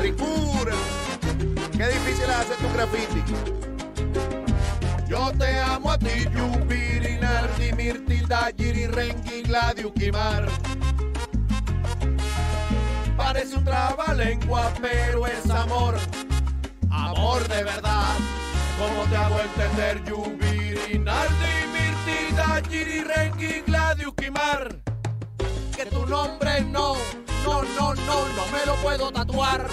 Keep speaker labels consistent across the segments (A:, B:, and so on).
A: ricura. Qué difícil es hacer tu graffiti. Yo te amo a ti, Yupiri, Nardi, Mirti, Tajiri, Renki, Gladiu, Kimar. Parece un trabalengua, pero es amor, amor de verdad. ¿Cómo te hago entender, Yubiri, Nardi, Mirti, Tajiri, Renki, Gladiu, Kimar? Que tu nombre no, no, no, no, no me lo puedo tatuar.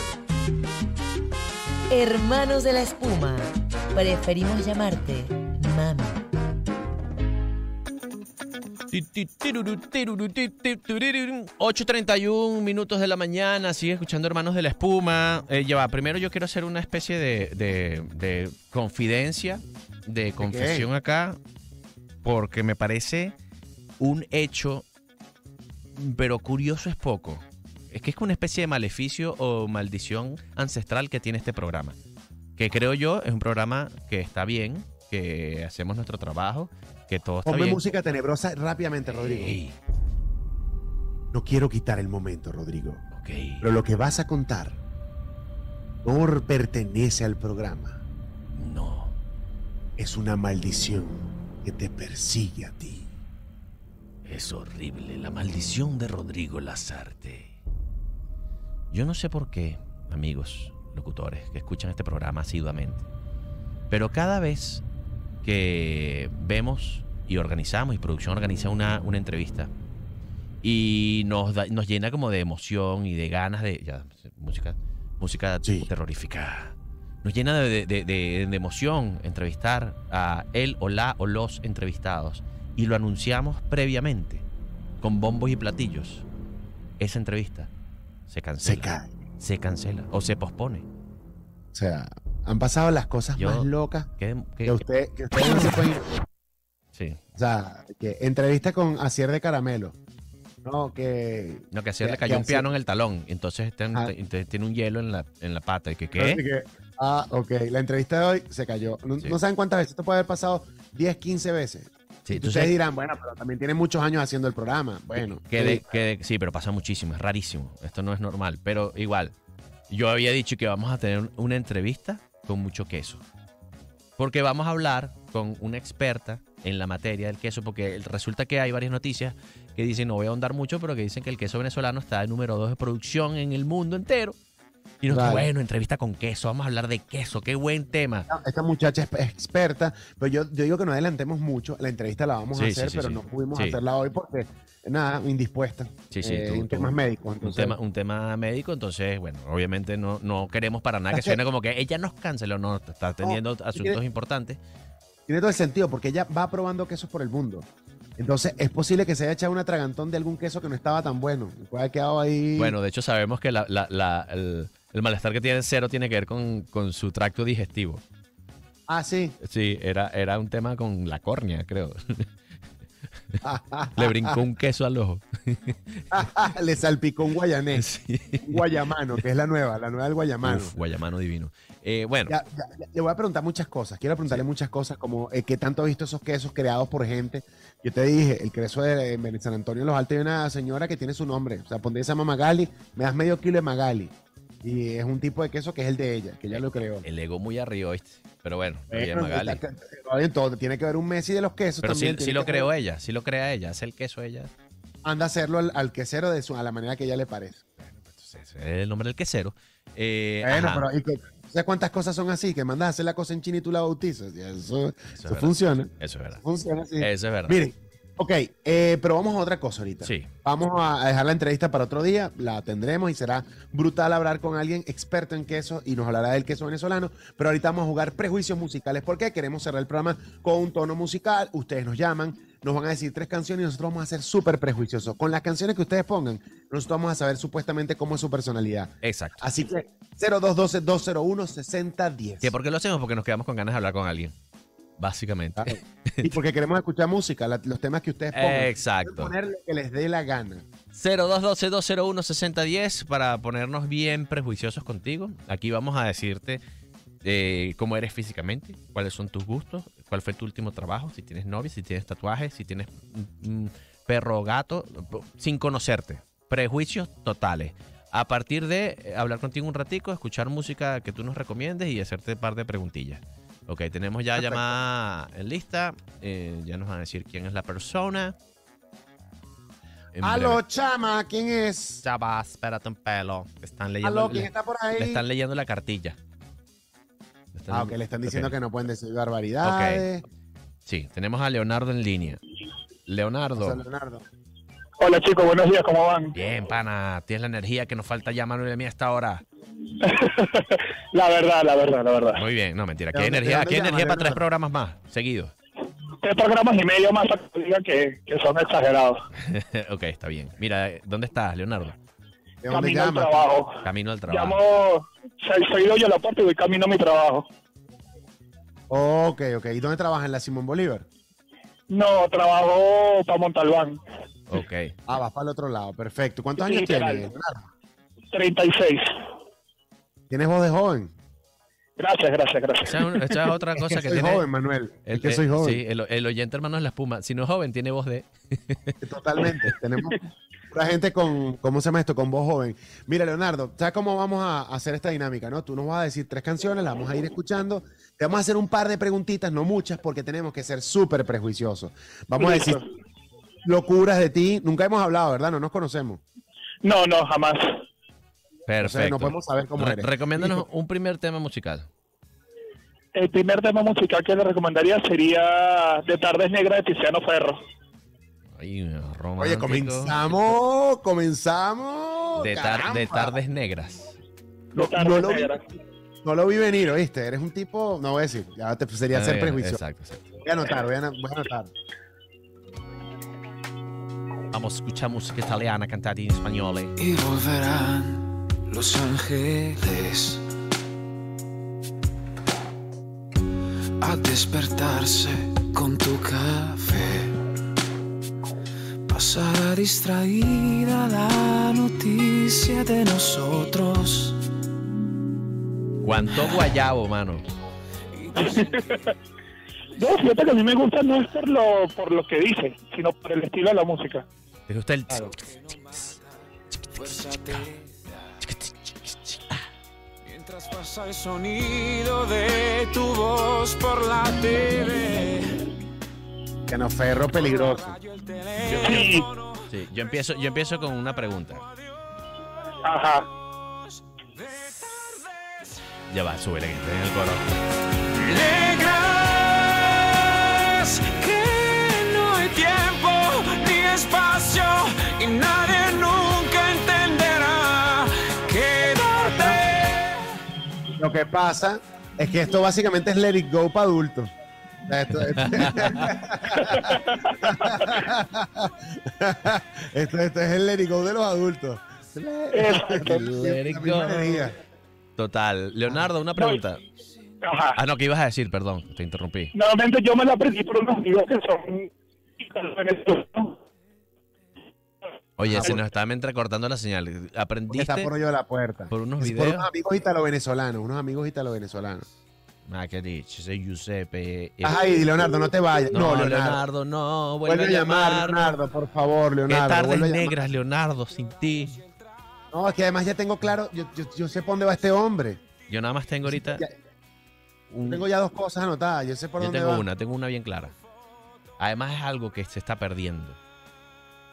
B: Hermanos de la espuma, preferimos llamarte mami.
C: Ti, ti, tiruru, tiruru, ti, ti, turururu. 8.31 minutos de la mañana, sigue escuchando Hermanos de la Espuma. Eh, ya va, primero yo quiero hacer una especie de, de- de confidencia, de confesión acá, porque me parece un hecho, pero curioso es poco. Es que es una especie de maleficio o maldición ancestral que tiene este programa. Que creo yo es un programa que está bien, que hacemos nuestro trabajo, que todo está
D: Ponme
C: bien.
D: música tenebrosa rápidamente, Rodrigo.
C: Ey.
D: No quiero quitar el momento, Rodrigo.
C: Ok.
D: Pero lo que vas a contar no pertenece al programa.
C: No.
D: Es una maldición que te persigue a ti.
C: Es horrible. La maldición de Rodrigo Lazarte. Yo no sé por qué, amigos locutores que escuchan este programa asiduamente. Pero cada vez que vemos y organizamos, y producción organiza una, una entrevista, y nos, da- nos llena como de emoción y de ganas de... Ya, música, música
D: Sí.
C: terrorífica. Nos llena de, de- de- de emoción entrevistar a él o la o los entrevistados. Y lo anunciamos previamente, con bombos y platillos. Esa entrevista se cancela.
D: Se cae.
C: Se cancela o se pospone.
D: O sea, han pasado las cosas
C: Yo-
D: más locas
C: ¿Qué- qué-
D: que usted, que usted no se puede ir.
C: Sí.
D: O sea, que entrevista con Asier de Caramelo. No, que.
C: No, que ayer
D: Que-
C: le
D: que
C: cayó un
D: así-
C: piano en el talón. Entonces ten-
D: Ah.
C: te- te- tiene un hielo en la, en la pata. ¿Y que, qué?
D: que- ah, ok. La entrevista de hoy se cayó. No,
C: Sí.
D: no saben cuántas veces. Esto puede haber pasado 10, 15 veces.
C: Sí,
D: Y
C: tú
D: ustedes
C: sabes
D: dirán, bueno, pero también tiene muchos años haciendo el programa. Bueno.
C: que de- que de- sí, pero pasa muchísimo. Es rarísimo. Esto no es normal. Pero igual, yo había dicho que vamos a tener una entrevista con mucho queso. Porque vamos a hablar con una experta en la materia del queso. Porque resulta que hay varias noticias que dicen, no voy a ahondar mucho, pero que dicen que el queso venezolano está de número 2 de producción en el mundo entero. Y nos
D: Vale.
C: bueno, entrevista con queso. Vamos a hablar de queso. Qué buen tema.
D: Esta- "Ah, Esta muchacha es experta, pero yo, yo digo que no adelantemos mucho. La entrevista la vamos a
C: Sí,
D: hacer,
C: sí, sí,
D: pero
C: sí.
D: no pudimos
C: Sí.
D: hacerla hoy porque, nada, indispuesta.
C: Sí, sí,
D: Eh,
C: tú-
D: en
C: tú-
D: temas médicos.
C: un
D: entonces-
C: tema, un tema médico, entonces, bueno, obviamente no, no queremos para nada que suene como que ella nos canceló, no, está teniendo asuntos
D: quiere-
C: importantes.
D: Tiene todo el sentido porque ella va probando quesos por el mundo. Entonces, es posible que se haya echado un atragantón de algún queso que no estaba tan bueno. y Puede haber quedado ahí.
C: Bueno, de hecho sabemos que la- la- la- el, el malestar que tiene Cero tiene que ver con, con su tracto digestivo.
D: Ah, sí.
C: Sí, era, era un tema con la córnea, creo. Le brincó un queso al ojo.
D: Le salpicó un guayanés.
C: Sí.
D: Un guayamano, que es la nueva, la nueva del guayamano.
C: Uf, guayamano divino. Eh, bueno,
D: Ya- ya- ya- le voy a preguntar muchas cosas. Quiero preguntarle muchas cosas, como eh, qué tanto ha visto esos quesos creados por gente. Yo te dije, el queso de, de San Antonio de los Altos hay una señora que tiene su nombre. O sea, pondría se llama Magali, me das medio kilo de Magali. Y es un tipo de queso que es el de ella, que ella lo creó.
C: el ego muy arriba, ¿viste? Pero bueno, Eh, oye,
D: Bueno,
C: Magali.
D: está- está bien todo. Tiene que haber un Messi de los quesos
C: Pero sí,
D: también.
C: sí
D: tiene
C: lo
D: que
C: creó
D: haber-
C: ella, sí lo crea ella, hace el queso ella.
D: Anda a hacerlo al, al quesero de su, a la manera que ella le parece.
C: Entonces, es el nombre del quesero. Eh,
D: bueno,
C: ajá.
D: pero ¿y qué- ¿sabes cuántas cosas son así? Que mandas a hacer la cosa en China y tú la bautizas. Y eso,
C: es
D: eso
C: verdad. Eh,
D: funciona.
C: Eso es verdad.
D: Funciona así.
C: Eso es verdad.
D: Miren, ok, eh, pero vamos a otra cosa ahorita.
C: Sí.
D: Vamos a a dejar la entrevista para otro día, la tendremos y será brutal hablar con alguien experto en queso y nos hablará del queso venezolano, pero ahorita vamos a jugar prejuicios musicales porque queremos cerrar el programa con un tono musical, ustedes nos llaman, nos van a decir tres canciones y nosotros vamos a ser súper prejuiciosos. Con las canciones que ustedes pongan, nosotros vamos a saber supuestamente cómo es su personalidad.
C: Exacto.
D: Así que 0212-201-6010.
C: ¿Que ¿Por qué lo hacemos? Porque nos quedamos con ganas de hablar con alguien. Básicamente.
D: Claro. Y porque queremos escuchar música, la- los temas que ustedes
C: Eh,
D: pongan.
C: Exacto.
D: Poner lo que les dé la gana.
C: 0212-201-6010 para ponernos bien prejuiciosos contigo. Aquí vamos a decirte eh, cómo eres físicamente, cuáles son tus gustos, cuál fue tu último trabajo, si tienes novia, si tienes tatuajes, si tienes mm, mm, perro o gato, sin conocerte. Prejuicios totales. a partir de eh, hablar contigo un ratico, escuchar música que tú nos recomiendes y hacerte un par de preguntillas. Ok, tenemos ya
D: Perfecto.
C: llamada en lista. eh, ya nos van a decir quién es la persona. En
D: Aló,
C: breve.
D: chama, ¿quién es?
C: Ya va, espérate un pelo. Están leyendo,
D: Aló,
C: le,
D: ¿quién está por
C: le
D: ahí?
C: están leyendo la cartilla. Le están-
D: Ah, ok, le están diciendo
C: ok.
D: que no pueden decir barbaridades.
C: Sí, tenemos a Leonardo en línea. Leonardo.
D: José Leonardo.
E: Hola chicos, buenos días, ¿cómo van?
C: Bien, pana, tienes la energía que nos falta ya, Manuel, y a mí a esta hora.
E: La verdad, la verdad, la verdad.
C: Muy bien, no, mentira.
D: ¿De
C: Aquí hay
D: dónde- de
C: energía,
D: dónde
C: aquí hay
D: llamas,
C: energía para tres
D: Leonardo?
C: programas más, seguidos.
E: Tres programas y medio más para que digan que, que son exagerados.
C: ok, está bien. Mira, eh, ¿dónde estás, Leonardo?
D: ¿De dónde
E: camino al
D: llamas?
E: trabajo.
C: Camino al trabajo.
E: Llamo, soy, soy yo la parte y voy camino a mi trabajo.
D: Ok, ok. ¿Y dónde trabaja en la Simón Bolívar?
E: No, trabajo para Montalbán,
C: Ok.
D: Ah, vas para el otro lado, perfecto. ¿Cuántos
E: Sí,
D: años tienes?
E: literal.
D: Leonardo?
E: 36.
D: Tienes voz de joven.
E: Gracias, gracias, gracias.
C: Esa es un- esa es otra
D: Es que,
C: cosa que,
D: soy
C: tiene.
D: joven, Manuel.
C: El,
D: es que
C: eh,
D: soy joven.
C: Sí, el, el oyente hermano es la espuma. Si no es joven, tiene voz de.
D: Totalmente. Tenemos pura gente con, ¿cómo se llama esto? Con voz joven. Mira, Leonardo, ¿sabes cómo vamos a hacer esta dinámica? ¿no? Tú nos vas a decir tres canciones, las vamos a ir escuchando. Te vamos a hacer un par de preguntitas, no muchas, porque tenemos que ser súper prejuiciosos. Vamos a decir locuras de ti. Nunca hemos hablado, ¿verdad? No nos conocemos.
E: No, no, jamás.
D: O sea,
C: Perfecto.
D: no podemos saber cómo
C: Re-
D: eres.
C: recomiéndanos un primer tema musical.
E: El primer tema musical que le recomendaría sería De Tardes Negras de Tiziano Ferro.
C: Ay, eh, romántico.
D: Oye, comenzamos, comenzamos.
C: De, tar- de
D: caramba.
C: tardes negras.
E: De
D: No,
E: Tardes
D: no lo-
E: Negras.
D: No lo vi venir, ¿oíste? Eres un tipo, no voy a decir, ya te, sería
C: Ah,
D: ser
C: bien,
D: prejuicioso.
C: Exacto, exacto.
D: Voy a anotar, voy a, ana- voy a anotar.
C: Vamos a escuchar música italiana cantada en español. eh.
F: y volverán los ángeles a despertarse con tu café. Pasará distraída la noticia de nosotros.
C: Cuánto guayabo, mano.
E: No, fíjate que a mí me gusta no es por lo, por lo que dice, sino por el estilo de la música.
C: ¿Te gusta el
D: Claro.
F: Que no mata, fuerza te da. Mientras pasa el sonido de tu voz por la TV.
D: Que no ferro peligroso.
F: Rayo el
E: Sí.
F: teléfono.
C: Sí, yo empiezo, yo empiezo con una pregunta.
E: Ajá.
C: Ya va, súbele que estoy en el coro.
F: Negras que no hay tiempo ni espacio y nadie nunca entenderá. Quédate.
D: Lo que pasa es que esto básicamente es Let It Go para adultos. O sea, Esto, esto- esto es el Let It Go de los adultos.
E: Exacto.
C: Let it
D: La misma
C: go.
D: energía.
C: Total. Leonardo, una pregunta.
E: Ajá.
C: Ah, no, ¿qué ibas a decir? Perdón, te interrumpí.
E: Normalmente yo me la aprendí por unos amigos que son venezolanos.
C: Oye, se nos está entrecortando la señal.
D: Ah, Porque está
C: ¿Aprendiste?
D: por hoyo de la puerta.
C: por unos
D: Es
C: videos.
D: unos amigos italo-venezolanos. Unos amigos italo-venezolanos.
C: Ah, qué dicho, soy Giuseppe. Eh,
D: Ajá, y Leonardo, no te vayas.
C: No,
D: No,
C: Leonardo.
D: Leonardo.
C: no. Vuelve,
D: Vuelve a llamar, Leonardo, por favor,
C: Qué
D: Leonardo.
C: tardes
D: vuelve a llamar.
C: negras, Leonardo, sin ti.
D: No, es que además ya tengo claro, yo, yo, yo sé por dónde va este hombre.
C: Yo nada más tengo ahorita.
D: Ya-
C: un-
D: Tengo ya dos cosas anotadas, yo sé por
C: yo
D: dónde
C: tengo
D: va.
C: una, tengo una bien clara. Además es algo que se está perdiendo.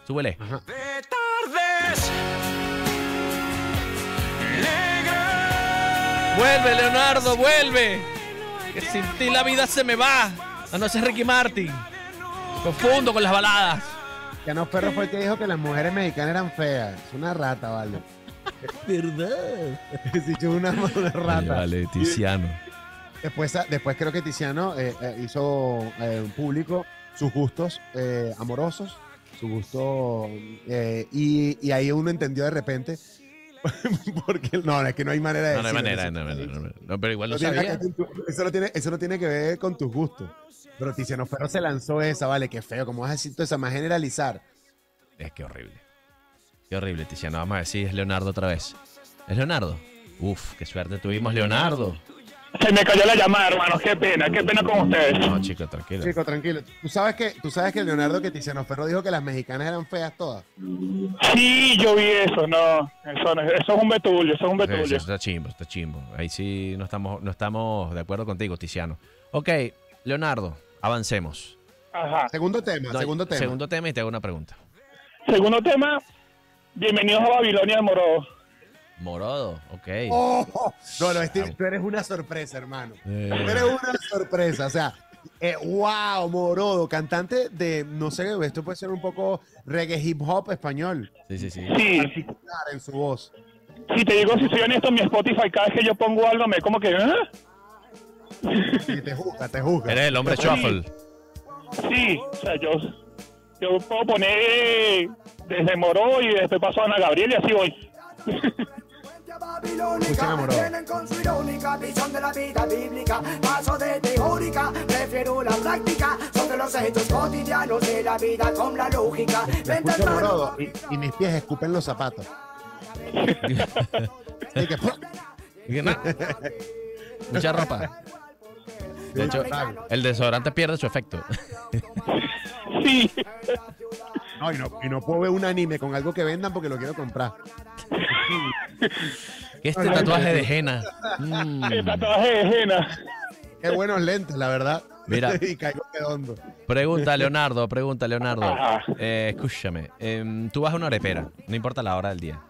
C: Súbele.
F: De tardes negras.
C: Vuelve, Leonardo, vuelve. Que sin ti la vida se me va. A no ser Ricky Martin. Confundo con las baladas.
D: Ya no Ferro fue el que dijo que las mujeres mexicanas eran feas. Es una rata, vale.
C: ¿Verdad?
D: Si yo una, una rata.
C: Vale, vale, Tiziano.
D: Después, ah, después creo que Tiziano eh, eh, hizo eh, público sus gustos eh, amorosos, su gusto. eh, y, y ahí uno entendió de repente. Porque no, es que no hay manera de
C: No, no hay
D: decirlo,
C: manera,
D: eso
C: no, no,
D: está
C: no,
D: dicho.
C: no, no, pero igual
D: No
C: lo
D: tiene
C: sabía.
D: nada que ver con tu- eso, no tiene, eso no tiene que ver con tus gustos. Pero Tiziano Ferro se lanzó esa, vale, qué feo. ¿Cómo vas a decir tú esa? Más generalizar.
C: Es que horrible. Qué horrible, Tiziano. Vamos a ver si es Leonardo otra vez. ¿Es Leonardo? Uf, qué suerte tuvimos, Leonardo.
E: Se me cayó la llamada, hermano. Qué pena, qué pena con ustedes.
C: No, chico, tranquilo.
D: Chico, tranquilo. Tú sabes que, tú sabes que Leonardo que Tiziano Ferro dijo que las mexicanas eran feas todas.
E: Sí, yo vi eso, no. Eso, no- eso es un betulio, eso es un
C: Sí, sí,
E: betulio.
C: eso está chimbo, está chimbo. Ahí sí no estamos, no estamos de acuerdo contigo, Tiziano. Ok, Leonardo, avancemos.
E: Ajá.
D: Segundo tema,
C: No,
D: segundo tema.
C: Segundo tema y te hago una pregunta.
E: Segundo tema, bienvenidos a Babilonia de Moro.
C: Morodo, ok.
D: Oh, no, no, Steve,
C: Ah.
D: tú eres una sorpresa, hermano.
C: Eh.
D: Tú eres una sorpresa. O sea, eh, wow, Morodo, cantante de, no sé, esto puede ser un poco reggae hip hop español.
C: Sí, sí, sí.
E: Sí,
D: Particular en su voz.
E: si te digo, si soy honesto, mi Spotify, cada vez que yo pongo algo, me como que. ¿ah?
D: Y te juzga, te juzga.
C: Eres el hombre
E: Sí.
C: shuffle.
E: Sí, o sea, yo, yo puedo poner desde Moro y después paso a Ana Gabriel y así voy.
D: Escuchen a Morodo.
G: Vienen con su irónica visión de la vida bíblica, paso de teórica, prefiero la práctica, son de los hechos cotidianos de la vida con la lógica. Vente
D: Escucho a
G: hermano,
D: Morodo y, y mis pies escupen los zapatos. Así que, ¡pum!
C: Mucha ropa. De hecho, el desodorante pierde su efecto.
E: Sí,
D: no, y no, y no puedo ver un anime con algo que vendan porque lo quiero comprar.
C: ¿Qué es este tatuaje de henna? Mm.
E: el tatuaje de Jena.
D: Qué buenos lentes, la verdad.
C: Mira.
D: y caigo redondo.
C: Pregunta, Leonardo, pregunta, Leonardo.
D: Ah,
E: Ajá.
C: Eh, escúchame, em, tú vas a una arepera, no importa la hora del día.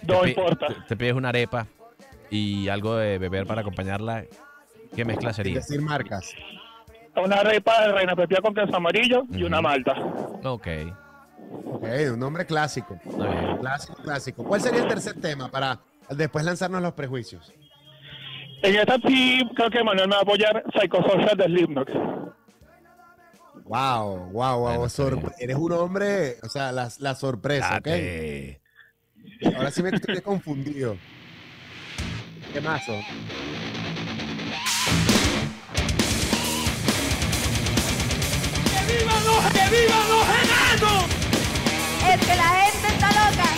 C: Te
E: No
C: pi-
E: importa.
C: Te, te pides una arepa y algo de beber para acompañarla. ¿Qué mezcla
D: Sin
C: sería?
D: decir marcas.
E: Una arepa de reina pepia con queso amarillo y
C: Ujú.
E: una malta.
C: Ok.
D: Ok, un nombre clásico.
C: bien.
D: Clásico, clásico. ¿Cuál sería el tercer tema para después lanzarnos los prejuicios?
E: En esta sí creo que Manuel me va a apoyar Psychosocial de Slipknot.
D: Wow, wow, wow.
C: Bueno, está
D: sor-
C: bien.
D: eres un hombre, o sea, la, la sorpresa, Ah, ¿ok?
C: Date.
D: Ahora sí me estoy confundido. ¿Qué mazo?
H: Es que la gente está loca.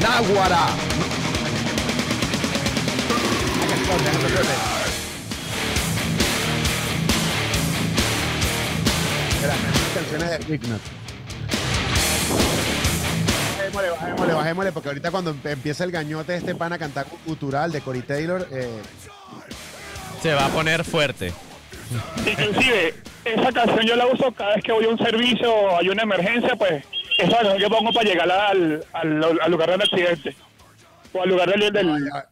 D: ¡Náguara! Espera, canciones de Slipknot. Bajémosle, bajémosle, bajémosle, porque ahorita cuando empe- empieza el gañote de este pana a cantar cultural de Cory Taylor, eh,
C: Se va a poner fuerte.
E: Inclusive, esa canción yo la uso cada vez que voy a un servicio o hay una emergencia, pues esa canción que pongo para llegar al, al, al lugar del accidente. O al lugar del...
D: Ah,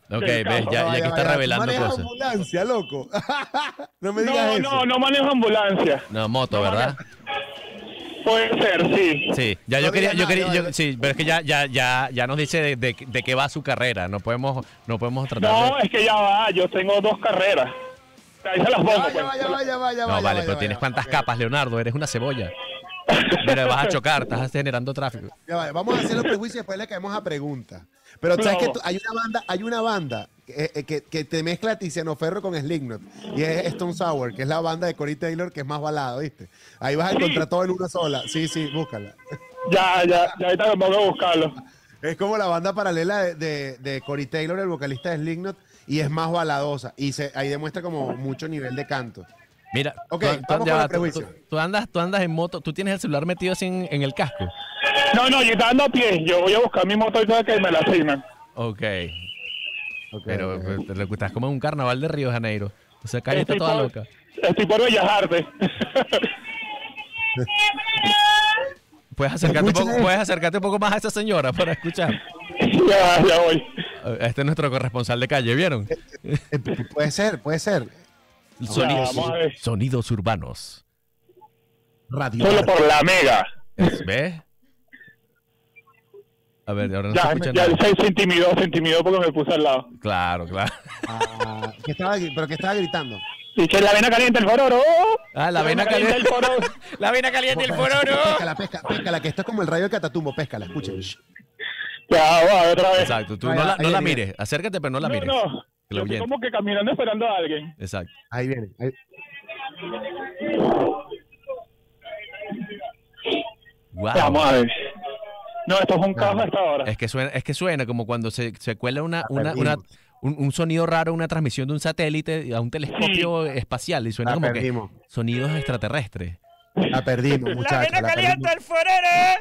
E: del
C: Ok,
E: del
C: ves,
E: caso.
C: ya, ya que
D: vaya, vaya,
C: está
D: tú
C: revelando
D: manejas
C: cosas.
D: ambulancia, loco. no me digas
E: No,
D: eso.
E: no, no manejo ambulancia.
C: No, moto, ¿verdad?
E: Puede ser, sí.
C: Sí, ya
D: No
C: yo quería,
D: digas
C: yo
D: nada,
C: quería,
D: ya,
C: yo-
D: ya.
C: sí, pero es que ya, ya, ya, ya nos dice de, de- de qué va su carrera. No podemos, no podemos tratar de.
E: No, es que ya va, yo tengo dos carreras. Ahí se las pongo.
D: Vaya,
E: pues.
D: vaya, vaya, vaya,
C: No,
D: vaya,
C: vale,
D: vaya,
C: pero tienes
D: vaya.
C: cuántas
D: Ok.
C: capas, Leonardo. Eres una cebolla. Mira, vas a chocar, estás generando tráfico.
D: Ya va, vamos a hacer los prejuicios y después le caemos a preguntas. Pero sabes
E: Bravo.
D: que tú- hay una banda, hay una banda que, eh, que- que te mezcla a Tiziano Ferro con Slipknot y es Stone Sour, que es la banda de Cory Taylor que es más balada, ¿viste? Ahí vas a encontrar todo en una sola. Sí, sí, búscala.
E: Ya, ya, ya ahorita me pongo a buscarlo.
D: Es como la banda paralela de, de, de Corey Taylor, el vocalista de Slipknot, y es más baladosa y se, ahí demuestra como mucho nivel de canto.
C: Mira,
D: Ok,
C: tú- tú-
D: vamos
C: ya
D: con el
C: va, tú-
D: prejuicio.
C: tú- tú andas, tú andas en moto, tú tienes el celular metido así en, en el casco.
E: No, no, yo estaba dando a pie. Yo voy a buscar mi moto y todo que me la asignan.
C: Ok,
D: Ok,
C: pero
D: ok.
C: pues, lo que estás como en un carnaval de Río de Janeiro. O sea, Cari está
E: Estoy
C: toda
E: por-
C: loca.
E: Estoy por Bellas Artes.
C: Puedes acercarte, un
D: Escucha
C: poco,
D: eso.
C: puedes acercarte un poco más a esa señora para escuchar.
E: ya, ya voy.
C: Este es nuestro corresponsal de calle, ¿vieron?
D: Eh, pu- puede ser, puede ser.
C: Sonidos,
E: vamos a ver.
C: sonidos urbanos.
D: Radio.
E: Solo por la mega.
C: Es- ¿Ves? A ver, ahora no se
E: Ya,
C: escucha
E: ya
C: nada.
E: se, se intimidó, se intimidó porque me puse al lado.
C: Claro, claro.
D: Ah, que estaba, gri- pero que estaba gritando.
E: Y que la vena caliente el fororo.
C: Ah, la vena
E: el
C: caliente.
E: fororo.
C: La vena caliente del
D: Péscala, pesca, péscala, que esto es como el rayo de Catatumbo, péscala, escuchen.
E: Ya, va, otra vez.
C: Exacto, tú
D: Ahí
C: no
D: va,
C: la, no
D: ahí
C: la
D: viene.
C: mires. Acércate, pero no la
E: No,
C: mires.
E: no.
C: Que
E: Yo
C: la
E: estoy
C: ahuyente.
E: como que caminando esperando a alguien.
C: Exacto.
D: Ahí viene. ahí-
C: Wow.
E: Vamos a ver. No, esto es un caos hasta ahora.
C: Es que suena, es que suena como cuando se, se cuela una, una,
D: perdimos.
C: una- un, un sonido raro, una transmisión de un satélite a un telescopio espacial y suena
D: La
C: como
D: perdimos.
C: que sonidos extraterrestres.
D: La perdimos, muchachos. La perdimos.
C: ¿eh?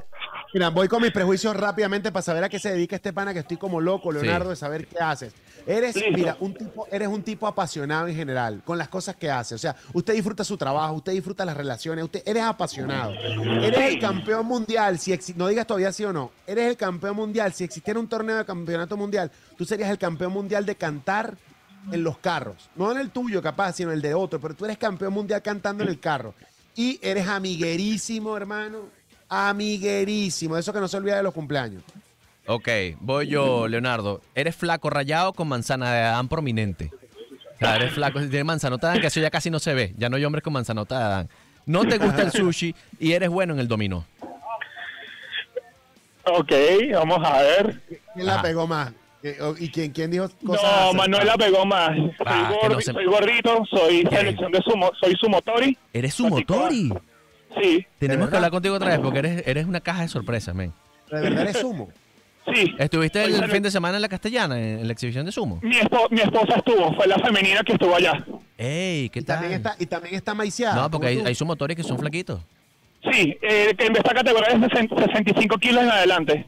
D: Mira, voy con mis prejuicios rápidamente para saber a qué se dedica este pana que estoy como loco, Leonardo,
C: Sí.
D: de saber qué haces. Eres,
E: Listo.
D: mira, un tipo, eres un tipo apasionado en general, con las cosas que hace. O sea, usted disfruta su trabajo, usted disfruta las relaciones, usted eres apasionado. Eres el campeón mundial, si exi- no digas todavía sí o no, eres el campeón mundial. Si existiera un torneo de campeonato mundial, tú serías el campeón mundial de cantar en los carros. No en el tuyo, capaz, sino el de otro, pero tú eres campeón mundial cantando en el carro. Y eres amiguerísimo, hermano. Amiguerísimo. Eso que no se olvida de los cumpleaños.
C: Ok, voy yo, Leonardo. Eres flaco rayado con manzana de Adán prominente. O sea, eres flaco, si tienes manzanota de Adán, que eso ya casi no se ve. Ya no hay hombres con manzanota de Adán. No te gusta el sushi y eres bueno en el dominó.
E: Ok, vamos a ver.
D: ¿Quién la
C: Ajá.
D: pegó más? Eh, o- ¿Y quién, quién dijo cosas?
E: No,
D: acertadas?
E: Manuel la pegó más.
C: Ah,
E: soy,
C: que no
E: gordi-
C: se-
E: soy gordito, soy
C: Ok.
E: selección de sumo, soy sumotori.
C: Eres sumotori.
E: Sí,
C: Tenemos que
D: verdad?
C: hablar contigo otra vez porque eres, eres una caja de sorpresas, men.
D: De verdad eres sumo.
E: sí.
C: ¿Estuviste
E: Soy
C: el
E: sele-
C: fin de semana en la castellana, en en la exhibición de sumo?
E: Mi, espo- mi esposa estuvo, fue la femenina que estuvo allá.
C: ¡Ey! ¿Qué
D: Y también
C: tal?
D: está, y también está maiciada.
C: No, porque
D: como
C: hay,
D: tú.
C: hay sumotores que son flaquitos.
E: Sí, eh, que en esta categoría es de sesen- 65 kilos en adelante.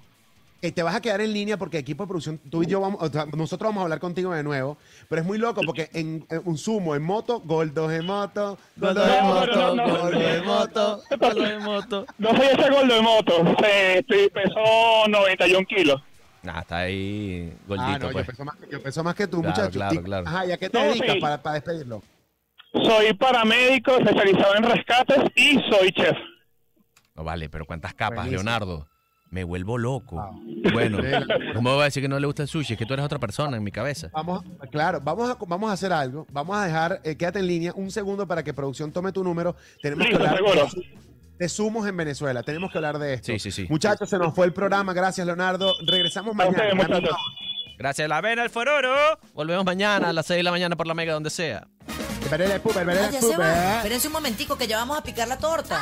D: Que te vas a quedar en línea porque equipo de producción, tú y yo vamos, o sea, nosotros vamos a hablar contigo de nuevo, pero es muy loco porque en, en un sumo, en moto, gordos en moto, gordos en
E: No,
D: moto,
E: no, no, no.
D: gordos en moto.
C: Palo de moto.
E: No soy ese gordo de moto, eh, estoy, pesó 91 kilos.
C: Nah, está ahí
D: Ah,
C: gordito,
D: no, yo
C: pues.
D: peso, más, yo peso más que tú,
C: Claro,
D: muchacho.
C: claro,
D: Y-
C: claro.
D: Ajá, ¿y a qué te
E: No,
D: dedicas
E: sí.
D: para, para despedirlo?
E: Soy paramédico especializado en rescates y soy chef.
C: No vale, pero ¿cuántas capas,
D: Buenísimo.
C: Leonardo? Me vuelvo loco.
D: Wow.
C: Bueno,
D: Sí, la-
C: ¿cómo voy a decir que no le gusta el sushi? Es que tú eres otra persona en mi cabeza.
D: Vamos, claro, vamos a, vamos a hacer algo. Vamos a dejar, eh, quédate en línea un segundo para que producción tome tu número. Tenemos que
E: Listo,
D: hablar
E: seguro.
D: de sumos en Venezuela. Tenemos que hablar de esto.
C: Sí, sí, sí.
D: Muchachos, se nos fue el programa. Gracias, Leonardo. Regresamos
E: A
D: mañana.
E: ustedes,
D: en la
E: muchachos.
D: misma
C: Gracias, la vena, el fororo. Volvemos mañana a las 6 de la mañana por la mega, donde sea.
D: hora. Veré la espuma, veré la
B: Ah, ya se
D: espuma.
B: va. Espérense un momentico que ya vamos a picar la torta.